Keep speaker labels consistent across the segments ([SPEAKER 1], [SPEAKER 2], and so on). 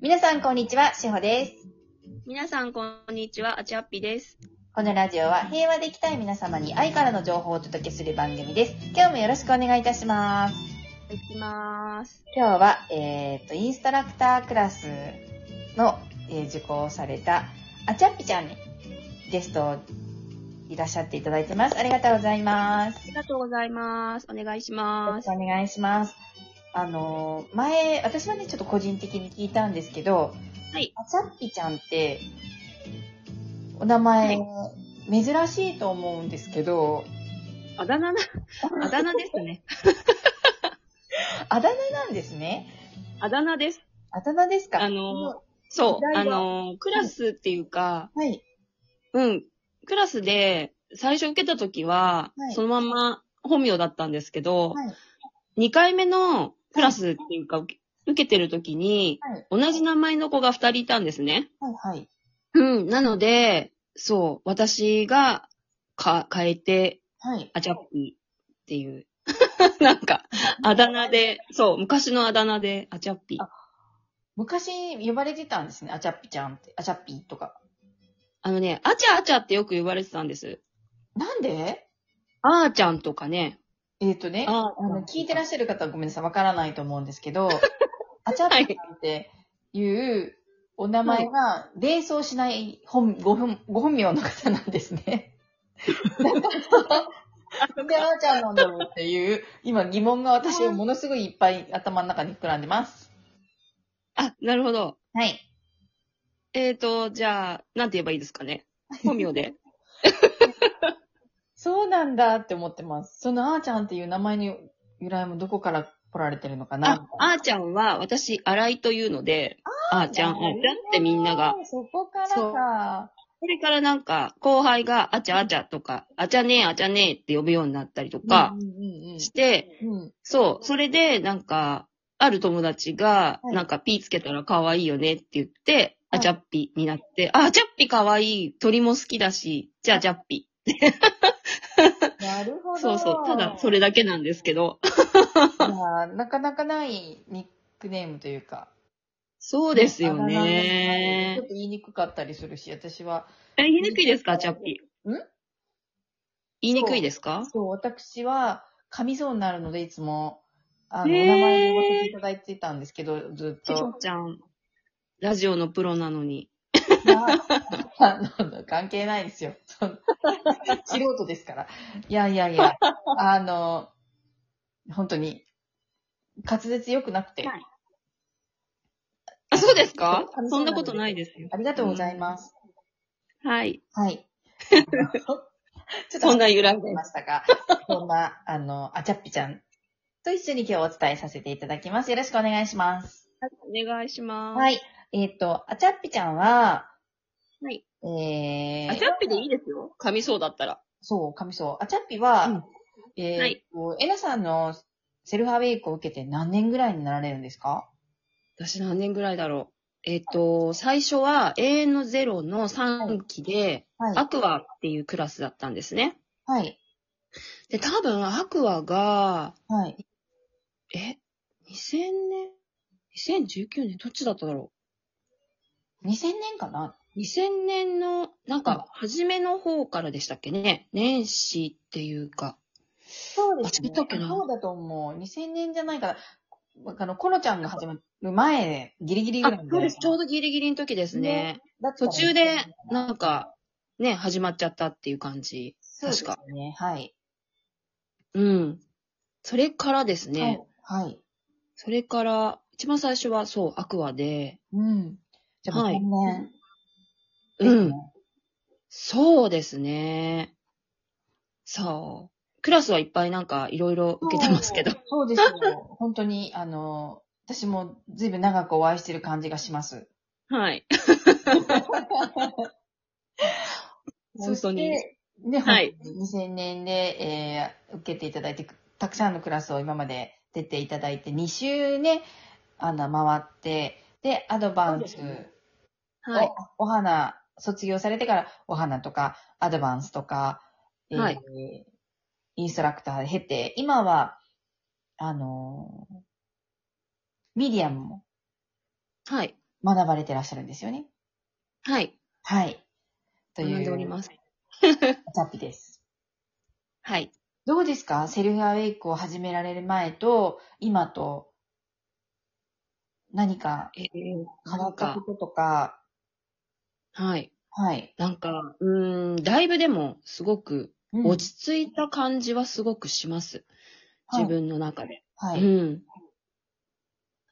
[SPEAKER 1] 皆さん、こんにちは。しほです。
[SPEAKER 2] 皆さん、こんにちは。あちあっぴです。
[SPEAKER 1] このラジオは平和でいきたい皆様に愛からの情報をお届けする番組です。今日もよろしくお願いいたします。
[SPEAKER 2] いきまーす。
[SPEAKER 1] 今日は、えっ、と、インストラクタークラスの、えー受講をされた、あちゃっぴちゃんにゲストいらっしゃっていただいてます。ありがとうございます
[SPEAKER 2] あ。りがとうございます。お願いし
[SPEAKER 1] よ
[SPEAKER 2] ま
[SPEAKER 1] ろし
[SPEAKER 2] す
[SPEAKER 1] く。お願いします。あのー、前、私はね、ちょっと個人的に聞いたんですけど、
[SPEAKER 2] はい。
[SPEAKER 1] あちゃっぴちゃんって、お名前、珍しいと思うんですけど、
[SPEAKER 2] あだ 名な、あだ名ですね。
[SPEAKER 1] あだ名なんですね。
[SPEAKER 2] あだ名です。
[SPEAKER 1] あだ名ですか
[SPEAKER 2] あのそう。あ
[SPEAKER 1] 時代は
[SPEAKER 2] の、クラスっていうか、
[SPEAKER 1] はい。
[SPEAKER 2] うん。クラスで最初受けた時は
[SPEAKER 1] はい、
[SPEAKER 2] そのまんま本名だったんですけど、
[SPEAKER 1] はい。
[SPEAKER 2] 2回目のクラスっていうか、受け受けてる時に、
[SPEAKER 1] はい。
[SPEAKER 2] 同じ名前の子が2人いたんですね。
[SPEAKER 1] はい。はい。
[SPEAKER 2] うん。なので、そう。私が、か、変えて、
[SPEAKER 1] はい。
[SPEAKER 2] あちゃっぴっていう。 なんか、あだ名で、そう、昔のあだ名で、あちゃっぴ。
[SPEAKER 1] あ昔呼ばれてたんですね。あちゃっぴちゃんって。あちゃっぴとか。
[SPEAKER 2] あのね、あちゃあちゃってよく言われてたんです。
[SPEAKER 1] なんで
[SPEAKER 2] あーちゃんとかね。
[SPEAKER 1] えっ、とね、
[SPEAKER 2] あー
[SPEAKER 1] あの、聞いてらっしゃる方はごめんなさい。わからないと思うんですけ ど、あちゃっぴちゃんっていうお名前が、冷蔵しない本、ご本、ご本名の方なんですね。なんであーちゃんなんだろうっていう、今疑問が私をものすごいいっぱい頭の中に膨らんでます。
[SPEAKER 2] あ、なるほど。
[SPEAKER 1] はい。
[SPEAKER 2] えーと、じゃあ、なんて言えばいいですかね。本名で。
[SPEAKER 1] そうなんだって思ってます。そのあーちゃんっていう名前に由来もどこから来られてるのか なみたい
[SPEAKER 2] あ
[SPEAKER 1] な、
[SPEAKER 2] あーちゃんは、私、新井というので、あーちゃん、あーちゃんってみんなが。。
[SPEAKER 1] そこから
[SPEAKER 2] そう
[SPEAKER 1] か。
[SPEAKER 2] それからなんか、後輩が、あちゃあちゃとか、あちゃねえ、あちゃねえって呼ぶようになったりとか
[SPEAKER 1] うんうんうん
[SPEAKER 2] して、
[SPEAKER 1] うん。うん。
[SPEAKER 2] そう。それで、なんか、ある友達が、
[SPEAKER 1] はい
[SPEAKER 2] なんか、ピーつけたら可愛いよねって言って、
[SPEAKER 1] はい
[SPEAKER 2] あちゃっぴになって、あ、あちゃっぴ可愛い。鳥も好きだし、じゃあ、ちゃっぴ。
[SPEAKER 1] なるほど。
[SPEAKER 2] そうそう。ただ、それだけなんですけど。
[SPEAKER 1] いやーなかなかないニックネームというか。
[SPEAKER 2] そうですよ
[SPEAKER 1] ちょ
[SPEAKER 2] ね
[SPEAKER 1] っ。と言いにくかったりするし、私は、
[SPEAKER 2] え、言いにくいですか、あちゃっぴ。
[SPEAKER 1] ん
[SPEAKER 2] 言いにくいですか
[SPEAKER 1] そう、私は噛みそうになるので、いつも、あの、お
[SPEAKER 2] へー
[SPEAKER 1] 名前でごせていただいてたんですけど、ずっ
[SPEAKER 2] ち
[SPEAKER 1] と
[SPEAKER 2] こ。ちゃん。ラジオのプロなのに。
[SPEAKER 1] いや あの関係ないですよ。 そんな素人ですから。いやいやいや、あの、本当に、滑舌良くなくて。
[SPEAKER 2] はいあ、そうですか
[SPEAKER 1] 噛み
[SPEAKER 2] そ
[SPEAKER 1] うんな
[SPEAKER 2] な
[SPEAKER 1] ので
[SPEAKER 2] ことないですよ。
[SPEAKER 1] ありがとうございます。
[SPEAKER 2] はい。
[SPEAKER 1] はい。 ちょっと
[SPEAKER 2] そんな由来
[SPEAKER 1] 出
[SPEAKER 2] で。
[SPEAKER 1] ますした が、そんな、あの、あちゃっぴちゃんと一緒に今日お伝えさせていただきます。よろしくお願いします。
[SPEAKER 2] お願いします。
[SPEAKER 1] はい。えっ、と、あちゃっぴちゃんは、
[SPEAKER 2] はい。
[SPEAKER 1] えー、
[SPEAKER 2] あちゃっぴでいいですよ。噛みそうだったら。
[SPEAKER 1] そう、神そう。あちゃっぴは、
[SPEAKER 2] うん
[SPEAKER 1] えー
[SPEAKER 2] はい
[SPEAKER 1] とえなさんのセルフアウェイクを受けて何年ぐらいになられるんですか
[SPEAKER 2] 私何年ぐらいだろう。えっ、と、最初は永遠のゼロの3期で、
[SPEAKER 1] は
[SPEAKER 2] ア
[SPEAKER 1] い。
[SPEAKER 2] クアっていうクラスだったんですね。
[SPEAKER 1] はい。
[SPEAKER 2] で、多分アクアが、
[SPEAKER 1] はい。
[SPEAKER 2] え、2000年 ?2019 年どっちだっただろ
[SPEAKER 1] 2000年かな
[SPEAKER 2] う ?2000 年の、なんか、初めの方からでしたっけね。年始っていうか。
[SPEAKER 1] そう
[SPEAKER 2] ですねあ違ったっけな
[SPEAKER 1] そうだと思う。2000年じゃないから、あの、コロちゃんが始まる前、ギリギリぐ
[SPEAKER 2] あ
[SPEAKER 1] らい、
[SPEAKER 2] そうです。ちょ
[SPEAKER 1] ど
[SPEAKER 2] うどギリギリの時ですね。
[SPEAKER 1] だった
[SPEAKER 2] 途
[SPEAKER 1] ら
[SPEAKER 2] 中で、なんか、ね、始まっちゃったっていう感じ。
[SPEAKER 1] そうですね。はい。
[SPEAKER 2] うん。それからですね。
[SPEAKER 1] はい。はい。
[SPEAKER 2] それから、一番最初はそう、アクアで、
[SPEAKER 1] うん。じゃあ、
[SPEAKER 2] はい
[SPEAKER 1] 3年。
[SPEAKER 2] うん。そうですね。そう。クラスはいっぱいなんかいろいろ受けてますけど。。
[SPEAKER 1] そうですよ。 本当に、あの、私もずいぶん長くお会いしてる感じがします。
[SPEAKER 2] はい。本当
[SPEAKER 1] そ
[SPEAKER 2] に
[SPEAKER 1] して。ね、
[SPEAKER 2] はい
[SPEAKER 1] 2000年で、えー受けていただいて、たくさんのクラスを今まで出ていただいて、2週ね、あの、回って、で、アドバンス
[SPEAKER 2] そうですね
[SPEAKER 1] お、
[SPEAKER 2] はい。
[SPEAKER 1] お花、卒業されてからお花とか、アドバンスとか、えー
[SPEAKER 2] はい
[SPEAKER 1] インストラクター経て、今は、あのーミディアムも
[SPEAKER 2] はい。
[SPEAKER 1] 学ばれてらっしゃるんですよね。
[SPEAKER 2] はい。
[SPEAKER 1] はい。と
[SPEAKER 2] 学
[SPEAKER 1] い
[SPEAKER 2] んでおり
[SPEAKER 1] う、
[SPEAKER 2] ます。
[SPEAKER 1] チャッピです。
[SPEAKER 2] はい。
[SPEAKER 1] どうですかセルフアウェイクを始められる前と、今と、何か
[SPEAKER 2] えー、
[SPEAKER 1] 変わ
[SPEAKER 2] なん
[SPEAKER 1] った
[SPEAKER 2] か
[SPEAKER 1] こ、ととか、
[SPEAKER 2] はい。
[SPEAKER 1] はい。
[SPEAKER 2] なんか、うーん、だいぶでも、すごく、
[SPEAKER 1] うん
[SPEAKER 2] 落ち着いた感じはすごくします。
[SPEAKER 1] はい
[SPEAKER 2] 自分の中で。
[SPEAKER 1] は
[SPEAKER 2] う
[SPEAKER 1] い。
[SPEAKER 2] ん。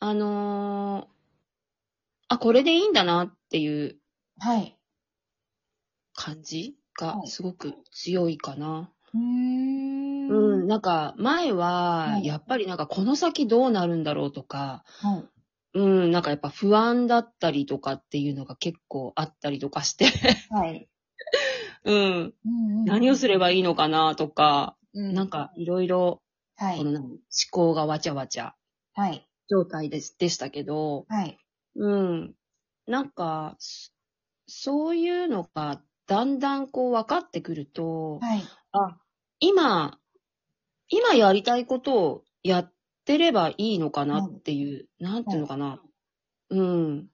[SPEAKER 2] あのー、あ、これでいいんだなっていう
[SPEAKER 1] はい。
[SPEAKER 2] 感じ
[SPEAKER 1] は
[SPEAKER 2] が
[SPEAKER 1] い
[SPEAKER 2] すごく強いかな。
[SPEAKER 1] うーん
[SPEAKER 2] うん、なんか前
[SPEAKER 1] は
[SPEAKER 2] は、
[SPEAKER 1] い
[SPEAKER 2] やっぱりなんかこの先どうなるんだろうとか、
[SPEAKER 1] はい。
[SPEAKER 2] うん、なんかやっぱ不安だったりとかっていうのが結構あったりとかして、
[SPEAKER 1] はい。
[SPEAKER 2] うん、
[SPEAKER 1] うんうん
[SPEAKER 2] 何をすればいいのかなとか、
[SPEAKER 1] うん
[SPEAKER 2] なんかいろいろ、
[SPEAKER 1] は
[SPEAKER 2] この
[SPEAKER 1] い。
[SPEAKER 2] なんか思考がわちゃわちゃ
[SPEAKER 1] はい。
[SPEAKER 2] 状態ですでしたけど、
[SPEAKER 1] はい。
[SPEAKER 2] うん。なんか、そそういうのがだんだんこう分かってくると、
[SPEAKER 1] はい。
[SPEAKER 2] あ、今、今やりたいことをやってればいいのかなっていう、なんていうのかな。うん。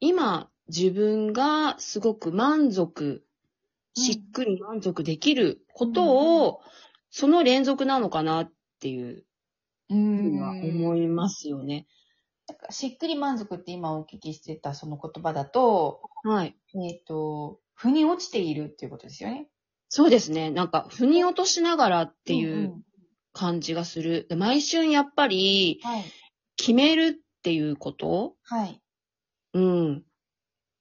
[SPEAKER 2] 今、自分がすごく満足、
[SPEAKER 1] うん
[SPEAKER 2] しっくり満足できることを、その連続なのかなっていう
[SPEAKER 1] う
[SPEAKER 2] ふうには思
[SPEAKER 1] ん。
[SPEAKER 2] いますよね。
[SPEAKER 1] しっくり満足って今お聞きしてたその言葉だと、
[SPEAKER 2] はい。
[SPEAKER 1] えっ、と、腑に落ちているっていうことですよね。っ
[SPEAKER 2] そうですね。なんか、腑に落としながらってい
[SPEAKER 1] ん
[SPEAKER 2] う
[SPEAKER 1] うん
[SPEAKER 2] 感じがする。で毎春やっぱり、
[SPEAKER 1] はい。
[SPEAKER 2] 決めるっていうこと
[SPEAKER 1] はい。
[SPEAKER 2] うん。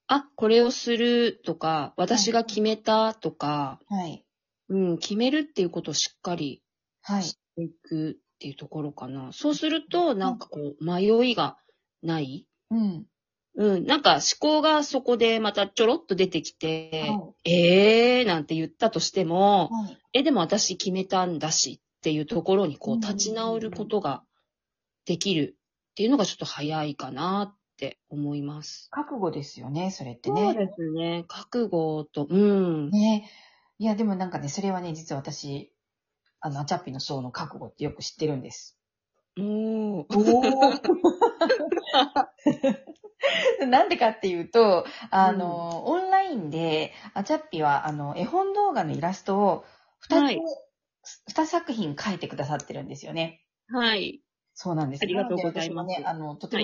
[SPEAKER 2] あ、これをするとか、私が決めたとか、
[SPEAKER 1] はい。
[SPEAKER 2] うん、決めるっていうことをしっかり
[SPEAKER 1] はい。
[SPEAKER 2] していくっていうところかな。そうすると、なんかこう、迷いがない。
[SPEAKER 1] うん。
[SPEAKER 2] うん、なんか思考がそこでまたちょろっと出てき
[SPEAKER 1] は
[SPEAKER 2] て
[SPEAKER 1] い、。
[SPEAKER 2] ええー、なんて言ったとしても、
[SPEAKER 1] はい。
[SPEAKER 2] え、でも私決めたんだしっていうところにこ
[SPEAKER 1] う
[SPEAKER 2] うん立ち直ることができるっていうのがちょっと早いかなって思います。
[SPEAKER 1] 覚悟ですよね、それって
[SPEAKER 2] そう
[SPEAKER 1] ね。
[SPEAKER 2] ですね。覚悟と、うん。
[SPEAKER 1] ね。いや、でもなんかね、それはね、実は私、あの、アチャッピの章の覚悟ってよく知ってるんです。
[SPEAKER 2] おー
[SPEAKER 1] おお。 なんでかっていうと、あの、オンラインで、あちゃっぴは、あの、絵本動画のイラストを2つ、
[SPEAKER 2] はい
[SPEAKER 1] 2作品描いてくださってるんですよね。
[SPEAKER 2] はい。
[SPEAKER 1] そうなんです。
[SPEAKER 2] ありがとうござい
[SPEAKER 1] なの
[SPEAKER 2] ます
[SPEAKER 1] で私もね、あの、とても、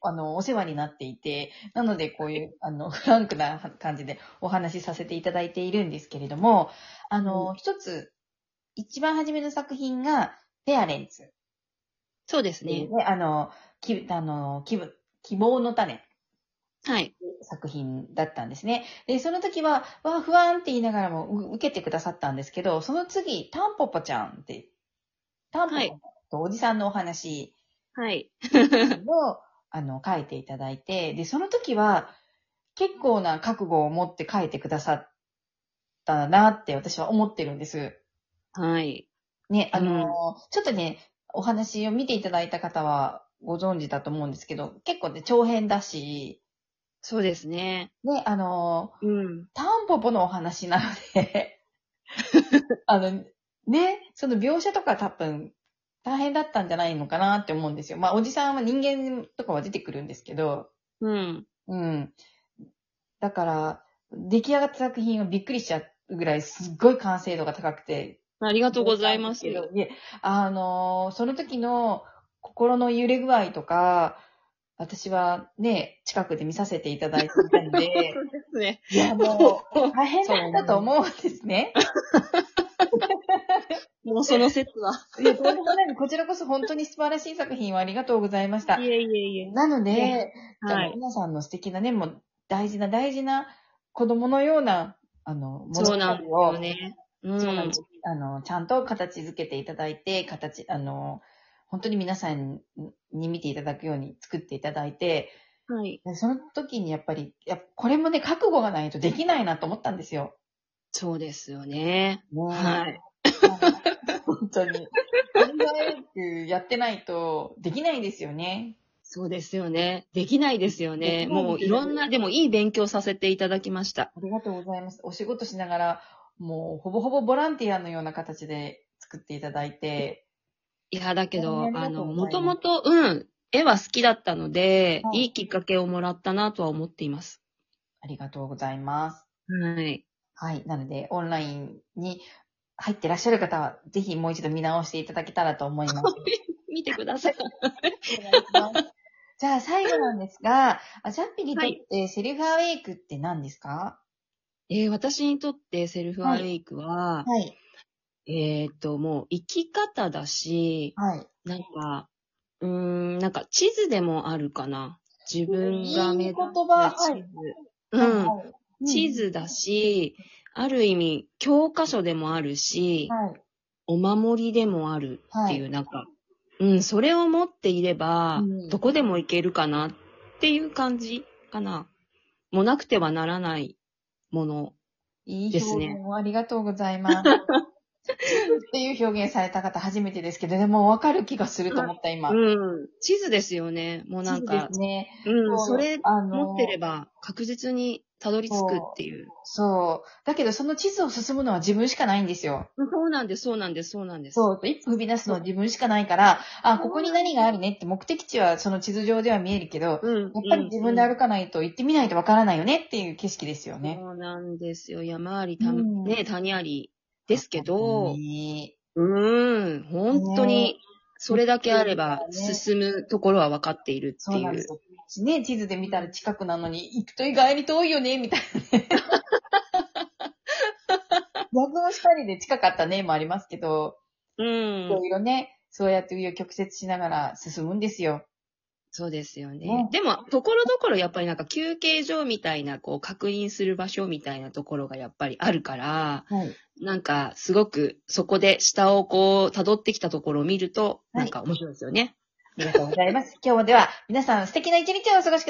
[SPEAKER 2] は
[SPEAKER 1] あの、お世話になっていて、なので、こういう、あの、フランクな感じでお話しさせていただいているんですけれども、あの、一つ、一番初めの作品が、ペアレンツ。
[SPEAKER 2] そうです
[SPEAKER 1] ね
[SPEAKER 2] ね。、
[SPEAKER 1] あの、きあの希希望の種
[SPEAKER 2] はい。
[SPEAKER 1] 作品だったんですね。で、その時は、わあ、不安って言いながらもう受けてくださったんですけど、その次、タンポポちゃんって、タンポポ
[SPEAKER 2] はい
[SPEAKER 1] とおじさんのお話
[SPEAKER 2] はい。
[SPEAKER 1] を、 あの、書いていただいて、で、その時は、結構な覚悟を持って書いてくださったなって私は思ってるんです。
[SPEAKER 2] はい。
[SPEAKER 1] ね、あのー
[SPEAKER 2] うん
[SPEAKER 1] ちょっとね、お話を見ていただいた方はご存知だと思うんですけど、結構ね、長編だし、
[SPEAKER 2] そうですね。
[SPEAKER 1] ね、あの
[SPEAKER 2] うん。
[SPEAKER 1] ータンポポのお話なので、 あの、ね、その描写とか多分、大変だったんじゃないのかなって思うんですよ。まあ、おじさんは人間とかは出てくるんですけど、
[SPEAKER 2] うん。
[SPEAKER 1] うん。だから、出来上がった作品はびっくりしちゃうぐらい、すっごい完成度が高くて、
[SPEAKER 2] あり
[SPEAKER 1] あり
[SPEAKER 2] がとうございます。
[SPEAKER 1] あのーその時の心の揺れ具合とか、私はね、近くで見させていただいていたん で、
[SPEAKER 2] ですね。
[SPEAKER 1] いや、もう、大変だったと思うんですね。
[SPEAKER 2] もうその説は。
[SPEAKER 1] いや、とんでもないこちらこそ本当に素晴らしい作品をありがとうございました
[SPEAKER 2] い。えいえいえ。
[SPEAKER 1] なので、
[SPEAKER 2] は
[SPEAKER 1] あの
[SPEAKER 2] い。
[SPEAKER 1] 皆さんの素敵なね、もう大事な大事な子供のような、あの、
[SPEAKER 2] そうなんです
[SPEAKER 1] 物語を
[SPEAKER 2] よね。う
[SPEAKER 1] そうなんで
[SPEAKER 2] ん。
[SPEAKER 1] す。あの、ちゃんと形づけていただいて、形、あの、本当に皆さんに見ていただくように作っていただいて、
[SPEAKER 2] はい。
[SPEAKER 1] でその時にやっぱり、やっこれもね、覚悟がないとできないなと思ったんですよ。
[SPEAKER 2] そうですよね。
[SPEAKER 1] もう
[SPEAKER 2] はい。
[SPEAKER 1] 本当に。考えてやってないとできないですよね。
[SPEAKER 2] そうですよね。できないですよ
[SPEAKER 1] で
[SPEAKER 2] ね。
[SPEAKER 1] きないですよね
[SPEAKER 2] もういろんな、でもいい勉強させていただきました。
[SPEAKER 1] ありがとうございます。お仕事しながら、もうほぼほぼボランティアのような形で作っていただいて、
[SPEAKER 2] いや、だけ
[SPEAKER 1] 大
[SPEAKER 2] ど、
[SPEAKER 1] 変だ
[SPEAKER 2] あ
[SPEAKER 1] と
[SPEAKER 2] の、
[SPEAKER 1] 思
[SPEAKER 2] も
[SPEAKER 1] います
[SPEAKER 2] ともと、うん、絵は好きだったので、
[SPEAKER 1] はい
[SPEAKER 2] いいきっかけをもらったなとは思っています。
[SPEAKER 1] ありがとうございます。
[SPEAKER 2] はい。
[SPEAKER 1] はい。なので、オンラインに入ってらっしゃる方は、ぜひもう一度見直していただけたらと思います。
[SPEAKER 2] 見てくだ さい。
[SPEAKER 1] じゃあ、最後なんですが、あジャッピにとっ
[SPEAKER 2] はい
[SPEAKER 1] てセルフアウェイクって何ですか
[SPEAKER 2] えー私にとってセルフアウェイク
[SPEAKER 1] は
[SPEAKER 2] は、
[SPEAKER 1] い。
[SPEAKER 2] えーっと、もう生き方だし、
[SPEAKER 1] はい。
[SPEAKER 2] なんか、うーん、なんか地図でもあるかな。自分が目指
[SPEAKER 1] いい言葉
[SPEAKER 2] す
[SPEAKER 1] はい
[SPEAKER 2] 地図。うん。
[SPEAKER 1] うん
[SPEAKER 2] 地。図だし、ある意味、教科書でもあるし、
[SPEAKER 1] はい。
[SPEAKER 2] お守りでもあるっ
[SPEAKER 1] は
[SPEAKER 2] ていう、
[SPEAKER 1] い。
[SPEAKER 2] なんか、うん、それを持っていれば、
[SPEAKER 1] うん
[SPEAKER 2] どこでも行けるかなっていう感じかな。もうなくてはならないもの。
[SPEAKER 1] いい
[SPEAKER 2] です
[SPEAKER 1] 表
[SPEAKER 2] ね
[SPEAKER 1] 現をありがとうござい ます。っていう表現された方初めてですけど、でも分かる気がすると思った、今。
[SPEAKER 2] うん。地図ですよね。もうなん
[SPEAKER 1] そう
[SPEAKER 2] か
[SPEAKER 1] で、すね。
[SPEAKER 2] うん、それ
[SPEAKER 1] あの
[SPEAKER 2] 持ってれば確実にたどり着くっていう。
[SPEAKER 1] そう。だけど、その地図を進むのは自分しかないんですよ。
[SPEAKER 2] そうなんです、そうなんです、そうなんです。
[SPEAKER 1] そう。一歩踏み出すのは自分しかないから、あ、ここに何があるねって目的地はその地図上では見えるけど、
[SPEAKER 2] うん。
[SPEAKER 1] やっぱり自分で歩かないと行ってみないとわからないよねっていう景色ですよ
[SPEAKER 2] ね。
[SPEAKER 1] ね。
[SPEAKER 2] そうなんですよ。山あり、た
[SPEAKER 1] うん
[SPEAKER 2] ね、谷ありですけど、
[SPEAKER 1] ね
[SPEAKER 2] うん、本当に、それだけあれば
[SPEAKER 1] ね
[SPEAKER 2] 進むところは分かっているっ
[SPEAKER 1] そ
[SPEAKER 2] て
[SPEAKER 1] う
[SPEAKER 2] い
[SPEAKER 1] なんで
[SPEAKER 2] う。
[SPEAKER 1] すよ。ね、地図で見たら近くなのに、行くと意外に遠いよね、みたい なね。逆の光で近かったね、もありますけど、
[SPEAKER 2] うん
[SPEAKER 1] いろいろね、そうやって紆余曲折しながら進むんですよ。
[SPEAKER 2] そうですよ
[SPEAKER 1] ね
[SPEAKER 2] ね。でも、ところどころやっぱりなんか休憩所みたいな、こう確認する場所みたいなところがやっぱりあるから、
[SPEAKER 1] はい。
[SPEAKER 2] なんかすごくそこで下をこう辿ってきたところを見ると、
[SPEAKER 1] はい
[SPEAKER 2] なんか面白いですよね。
[SPEAKER 1] ありがとうございます。今日もでは、皆さん素敵な一日をお過ごしください。